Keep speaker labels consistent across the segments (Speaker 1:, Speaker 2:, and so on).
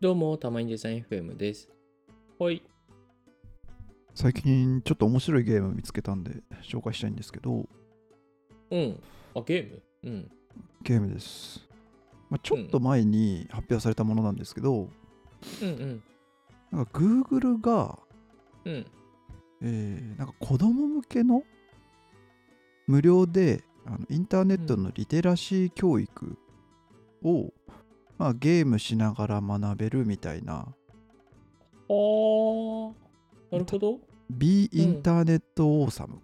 Speaker 1: どうも、たまにデザイン FM です。ほい。
Speaker 2: 最近ちょっと面白いゲーム見つけたんで紹介したいんですけど
Speaker 1: うん。あ、ゲームうん。
Speaker 2: ゲームです、まあ、ちょっと前に発表されたものなんですけど、
Speaker 1: うん
Speaker 2: なんか Google が、
Speaker 1: うん。うん。
Speaker 2: えーなんか子供向けの無料であのインターネットのリテラシー教育を、まあ、ゲームしながら学べるみたいな
Speaker 1: あー。なるほど。
Speaker 2: Be インターネットオーサム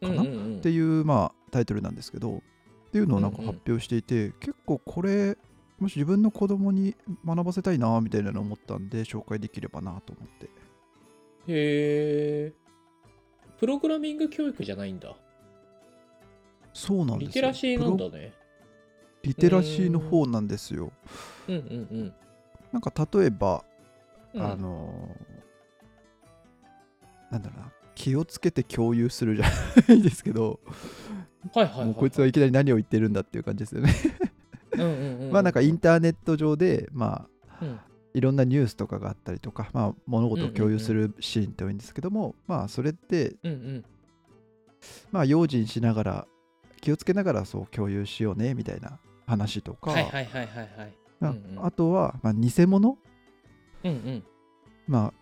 Speaker 1: うんう
Speaker 2: か
Speaker 1: ん
Speaker 2: な
Speaker 1: うん
Speaker 2: っていう、まあ、タイトルなんですけどっていうのをなんか
Speaker 1: うんうん
Speaker 2: 発表していて、結構これもし自分の子供に学ばせたいなみたいなのを思ったんで紹介できればなと思って
Speaker 1: へえ。プログラミング教育じゃないんだ。
Speaker 2: そうなんですよ
Speaker 1: リテラシーなん
Speaker 2: プロ
Speaker 1: だね。
Speaker 2: リテラシーの方なんですよ
Speaker 1: うんうん
Speaker 2: なんか例えば、
Speaker 1: うん。
Speaker 2: あのーなんだろうな気をつけて共有するじゃないですけど、
Speaker 1: うん、はいはい、はい。
Speaker 2: もうこいつはいきなり何を言ってるんだっていう感じですよね。
Speaker 1: うんうんうん、
Speaker 2: まあなんかインターネット上で、ま
Speaker 1: う
Speaker 2: あ、
Speaker 1: ん、
Speaker 2: いろんなニュースとかがあったりとか、まあ、物事を共有するシーンって多いんですけども、まあそれって、
Speaker 1: うんうん。
Speaker 2: まあ、用心しながら気をつけながらそう共有しようねみたいな話とか、
Speaker 1: はいはいはいはいはい。
Speaker 2: まあ
Speaker 1: うんうん
Speaker 2: あとは、まあ、偽物、
Speaker 1: うんうん。
Speaker 2: まあ、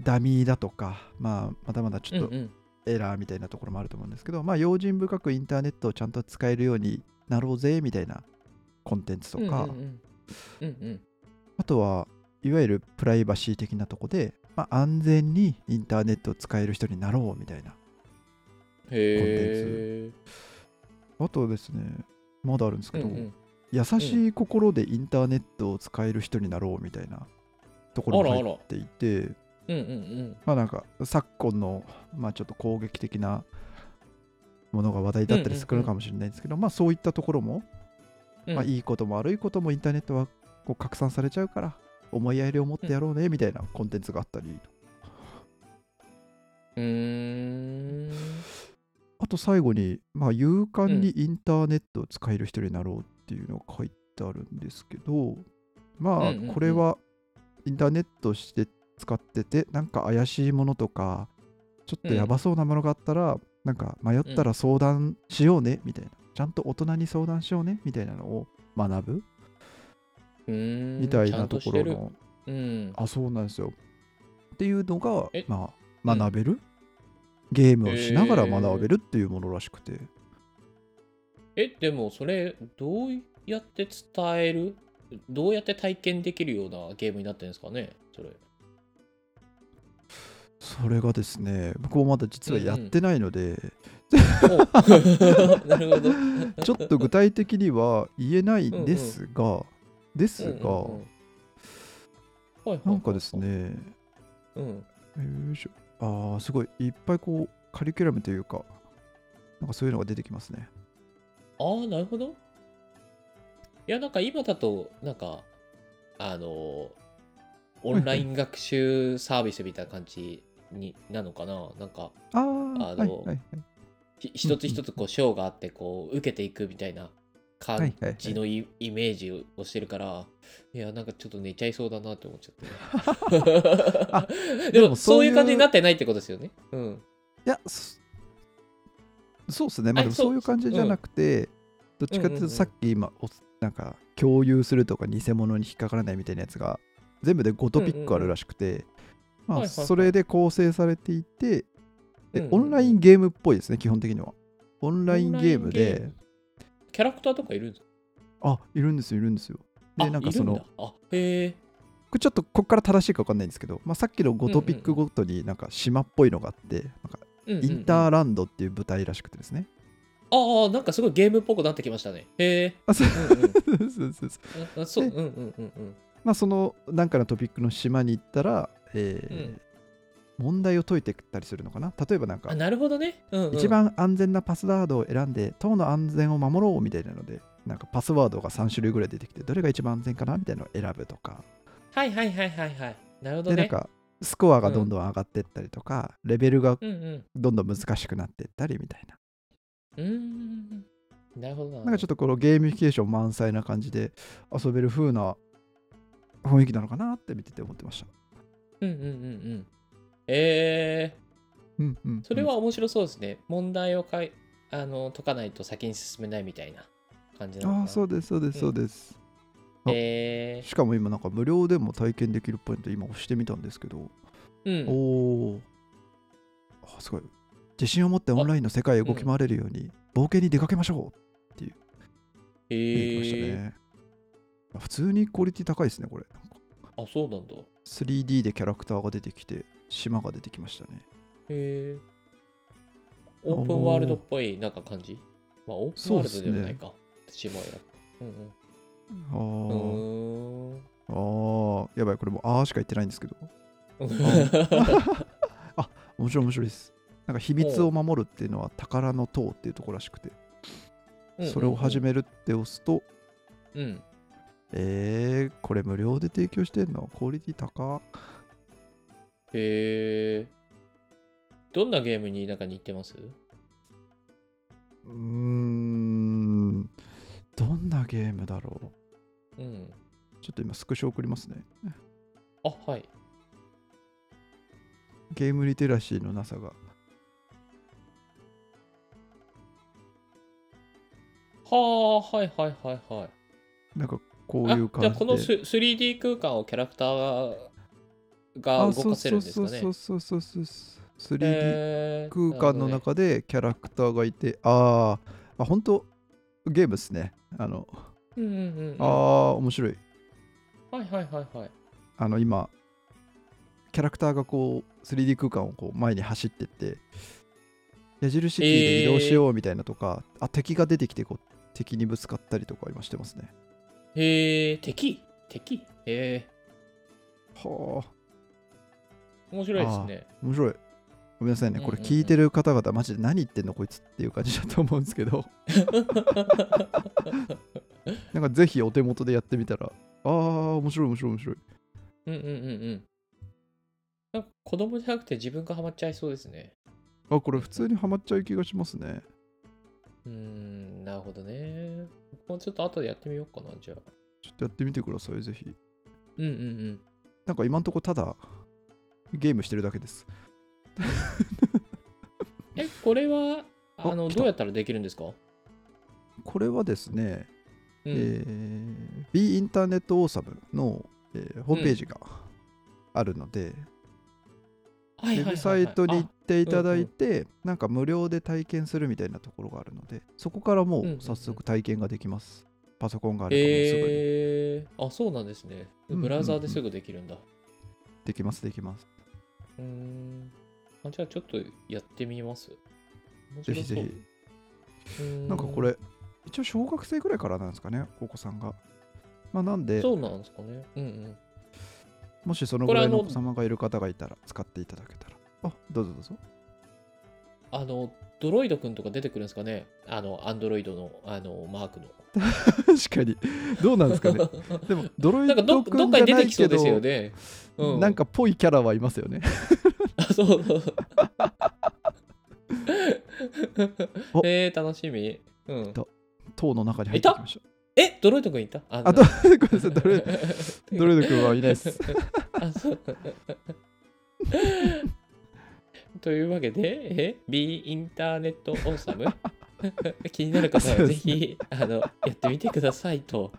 Speaker 2: ダミーだとか、まあ、まだまだちょっ
Speaker 1: うん
Speaker 2: と
Speaker 1: うん。
Speaker 2: エラーみたいなところもあると思うんですけど、まあ、用心深くインターネットをちゃんと使えるようになろうぜみたいなコンテンツとか、
Speaker 1: うんうんうん。うんうん
Speaker 2: あとはいわゆるプライバシー的なとこで、まあ、安全にインターネットを使える人になろうみたいな
Speaker 1: へえ。
Speaker 2: あとですねまだあるんですけど、
Speaker 1: うんうん
Speaker 2: 優しい心でインターネットを使える人になろうみたいなところ
Speaker 1: あら
Speaker 2: も
Speaker 1: あ
Speaker 2: 入
Speaker 1: ら
Speaker 2: っ。ていて
Speaker 1: うんうん
Speaker 2: まあなんか昨今の、まあ、ちょっと攻撃的なものが話題だったりするのかもしれないんですけど、まあそういったところも、
Speaker 1: うん。
Speaker 2: まあ、いいことも悪いこともインターネットはこう拡散されちゃうから思いやりを持ってやろうねみたいなコンテンツがあったり
Speaker 1: うーん。
Speaker 2: あと最後に、まあ、勇敢にインターネットを使える人になろうっていうのが書いてあるんですけど、ま
Speaker 1: うんうんうん
Speaker 2: あこれはインターネットして使っててなんか怪しいものとかちょっとやばそうなものがあったら、なんか迷ったら相談しようねみたいな、ちゃんと大人に相談しようねみたいなのを学ぶ
Speaker 1: うーん
Speaker 2: みたい
Speaker 1: ちゃ
Speaker 2: なんと
Speaker 1: し
Speaker 2: こ
Speaker 1: て
Speaker 2: ろ
Speaker 1: る
Speaker 2: の、
Speaker 1: うん。
Speaker 2: あそうなんですよっていうのが
Speaker 1: え
Speaker 2: ま
Speaker 1: う
Speaker 2: あ
Speaker 1: ん
Speaker 2: 学べる、ゲームをしながら学べるっていうものらしくて。
Speaker 1: え、でもそれ、どうやって伝えるどうやって体験できるようなゲームになってるんですかねそ れ。
Speaker 2: それがですね、僕もまだ実はやってないので、
Speaker 1: おなるほど。
Speaker 2: ちょっと具体的には言えないんですが、です
Speaker 1: う
Speaker 2: が、
Speaker 1: んうんうんはいはいはい
Speaker 2: なんかです。ね、
Speaker 1: うん。
Speaker 2: よいしょあーすごい、いっぱいこう、カリキュラムというか、なんかそういうのが出てきますね。
Speaker 1: ああ、なるほど。いや、なんか今だと、なんか、あの、オンライン学習サービスみたいな感じになのかななんか、
Speaker 2: ああ、
Speaker 1: あ
Speaker 2: はいはい
Speaker 1: の
Speaker 2: はい。
Speaker 1: ひ一つ一つこう章があってこう受けていくみたいな感じのイイメージをしてるからいやなんかちょっと寝ちゃいそうだなって思っちゃっ
Speaker 2: あ
Speaker 1: て で
Speaker 2: で
Speaker 1: も
Speaker 2: も
Speaker 1: そ
Speaker 2: そうう
Speaker 1: い
Speaker 2: いう
Speaker 1: う感じになってないってことですよねうん
Speaker 2: いや、そそうですね、まあ、
Speaker 1: あ
Speaker 2: でも
Speaker 1: そう
Speaker 2: そういう感じじゃなくて、どっちかっていう
Speaker 1: うんうんうん
Speaker 2: と、さっき今、おなんか、共有するとか、偽物に引っかからないみたいなやつが、全部で5トピックあるらしくて、
Speaker 1: はい
Speaker 2: ま
Speaker 1: は
Speaker 2: あ、
Speaker 1: いはい
Speaker 2: それで構成されていて、
Speaker 1: う
Speaker 2: で
Speaker 1: ん、
Speaker 2: オンラインゲームっぽいですね、基本的には。オンラインゲーム
Speaker 1: オンラインゲー
Speaker 2: で
Speaker 1: ム、キャラクターとかいるんですか
Speaker 2: あ、いるんですよ、いるんですよ。
Speaker 1: あ
Speaker 2: で、なんかそ
Speaker 1: いる
Speaker 2: の
Speaker 1: んだ、あへえ
Speaker 2: これちょっとこっから正しいか分かんないんですけど、まあ、さっきの5トピックごとに、なんか島っぽいのがあって、なんか
Speaker 1: うんうんうん
Speaker 2: インターランドっていう舞台らしくてですね。
Speaker 1: ああなんかすごいゲームっぽくなってきましたねへえ
Speaker 2: あそ
Speaker 1: う
Speaker 2: う
Speaker 1: んうん
Speaker 2: そうそうそう
Speaker 1: ああそうう
Speaker 2: ね
Speaker 1: んうんうんうん
Speaker 2: まあ、そのなんかのトピックの島に行ったら、えー
Speaker 1: うん
Speaker 2: 問題を解いていったりするのかな例えばなんか
Speaker 1: あなるほどねうんうん
Speaker 2: 一番安全なパスワードを選んで党の安全を守ろうみたいなのでなんかパスワードが3種類ぐらい出てきてどれが一番安全かなみたいなのを選ぶとか
Speaker 1: はいはいはいはいはいなるほど
Speaker 2: でなん
Speaker 1: ね
Speaker 2: かスコアがどんどん上がっていったりとか、レベルが
Speaker 1: うんうん
Speaker 2: どんどん難しくなっていったりみたいな
Speaker 1: うーん。なるほどな。
Speaker 2: なんかちょっとこのゲーミフィケーション満載な感じで遊べる風な雰囲気なのかなって見てて思ってました。
Speaker 1: うんうんうんうん。えー、
Speaker 2: うんうんうん、
Speaker 1: それは面白そうですね。問題をかいあの解かないと先に進めないみたいな感じなのか
Speaker 2: あ
Speaker 1: な。
Speaker 2: あ、そうです、そうです、
Speaker 1: う
Speaker 2: そ
Speaker 1: ん
Speaker 2: うです。あ
Speaker 1: え
Speaker 2: しかも今なんか無料でも体験できるポイント今押してみたんですけど、
Speaker 1: ー、うん。
Speaker 2: おおあすごい自信を持ってオンラインの世界へ動き回れるように冒険に出かけましょ
Speaker 1: え
Speaker 2: う出てきました
Speaker 1: ー、
Speaker 2: ね、普通にクオリティ高いですねこれなんか
Speaker 1: あ、そうなんだ。
Speaker 2: 3D でキャラクターが出てきて島が出てきましたね
Speaker 1: えー、オープンワールドっぽいなんか感じまあ、オープンワールドではないか。私もやらうんう
Speaker 2: あー、
Speaker 1: ん。う
Speaker 2: あーやばいこれもうあーしか言ってないんですけど
Speaker 1: ーん。
Speaker 2: 面白い面白いですなんか秘密を守るっていうのは宝の塔っていうところらしくてそれを始めるって押すと
Speaker 1: うんうんうん。
Speaker 2: えー、これ無料で提供してんのクオリティ高
Speaker 1: へえー。どんなゲームになんか似てます
Speaker 2: うーんどんなゲームだろう
Speaker 1: うん。
Speaker 2: ちょっと今スクショ送りますね。
Speaker 1: あ、はい。
Speaker 2: ゲームリテラシーのなさが。
Speaker 1: はあ、はいはいはいはい。
Speaker 2: なんかこういう
Speaker 1: あじゃあこ
Speaker 2: 感じ
Speaker 1: のす
Speaker 2: で。
Speaker 1: 3D 空間をキャラクターが動かせるんですかね
Speaker 2: そうそうそうそうそう。3D
Speaker 1: へー
Speaker 2: 空間の中でキャラクターがいて、あーあ、本当ゲームですね。あの、
Speaker 1: なるほどねうんうんうん
Speaker 2: ああ、面白い。
Speaker 1: はいはいはいはい
Speaker 2: あの、今、キャラクターがこう、3D 空間をこう前に走ってって、矢印キーで移動しようみたいなとか、あ敵が出てきてこう、敵にぶつかったりとか今してますね。
Speaker 1: へえ敵敵へえ
Speaker 2: はあ。
Speaker 1: 面白いですね
Speaker 2: 面白い。ごめんなさいね、こ
Speaker 1: うん
Speaker 2: れ
Speaker 1: うんうん
Speaker 2: 聞いてる方々、マジで何言ってんのこいつっていう感じだと思うんですけど、なんかぜひお手元でやってみたら、あー、面白い、面白い、面白い。
Speaker 1: うんうんうんうんなんか子供じゃなくて自分がハマっちゃいそうですね
Speaker 2: あ、これ普通にハマっちゃう気がしますね。
Speaker 1: うーんなるほどね僕もうちょっと後でやってみようかなじゃあ
Speaker 2: ちょっとやってみてください、ぜひ。
Speaker 1: うんうんうん
Speaker 2: なんか今んとこただ、ゲームしてるだけです。
Speaker 1: えこれはあの
Speaker 2: 来た
Speaker 1: どうやったらできるんですか
Speaker 2: これはですね、
Speaker 1: う
Speaker 2: え
Speaker 1: ん
Speaker 2: ー、B インターネットオーサムの、えーホームページがあるので、
Speaker 1: は
Speaker 2: ウ
Speaker 1: いは
Speaker 2: ェ
Speaker 1: いはいはい
Speaker 2: ブサイトに行
Speaker 1: あ
Speaker 2: っていただいて、なんか無料で体験するみたいなところがあるので、そこからも
Speaker 1: んうんう
Speaker 2: うん早速体験ができます。パソコンがあればもうすぐに
Speaker 1: えー、あそうなんですね。
Speaker 2: うん
Speaker 1: ブラウザーですぐできるんだ。
Speaker 2: できます、できます。
Speaker 1: うーんあじゃあちょっとやってみます。面
Speaker 2: ぜ
Speaker 1: 白
Speaker 2: ひ
Speaker 1: そう
Speaker 2: ぜひ。
Speaker 1: うーん
Speaker 2: なんかこれ、一応小学生ぐらいからなんですかね、お子さんが。まあ、なんで、
Speaker 1: そうなんですかね。うんうん。
Speaker 2: もしその
Speaker 1: こ
Speaker 2: ぐ
Speaker 1: れ
Speaker 2: らいの
Speaker 1: あ
Speaker 2: お
Speaker 1: の
Speaker 2: 子様がいる方がいたら、使っていただけたら。あ、どうぞどうぞ。
Speaker 1: あの、ドロイドくんとか出てくるんですかねあの、アンドロイドのあのマークの。
Speaker 2: 確かに。どうなんですか ね。でも、ドロイ
Speaker 1: なんかど
Speaker 2: ド
Speaker 1: っど
Speaker 2: く
Speaker 1: っ
Speaker 2: ん
Speaker 1: か
Speaker 2: じ
Speaker 1: に出
Speaker 2: ゃな
Speaker 1: て
Speaker 2: い
Speaker 1: きそ
Speaker 2: け
Speaker 1: うですよ
Speaker 2: ど、
Speaker 1: ね。うん、
Speaker 2: なんかぽいキャラはいますよね。
Speaker 1: あ、そうそうそう
Speaker 2: お
Speaker 1: えー、楽しみ。うん
Speaker 2: た、塔の中に入ってきました。
Speaker 1: えドロイドくんいたあ
Speaker 2: あ、
Speaker 1: な
Speaker 2: ど ごめんなさい、ドル ドルド君はいないです。
Speaker 1: あそうというわけで、え B インターネットオーサム 気になる方
Speaker 2: そ
Speaker 1: は
Speaker 2: う
Speaker 1: ぜ
Speaker 2: ですね
Speaker 1: ひ、あのやってみてくださいと。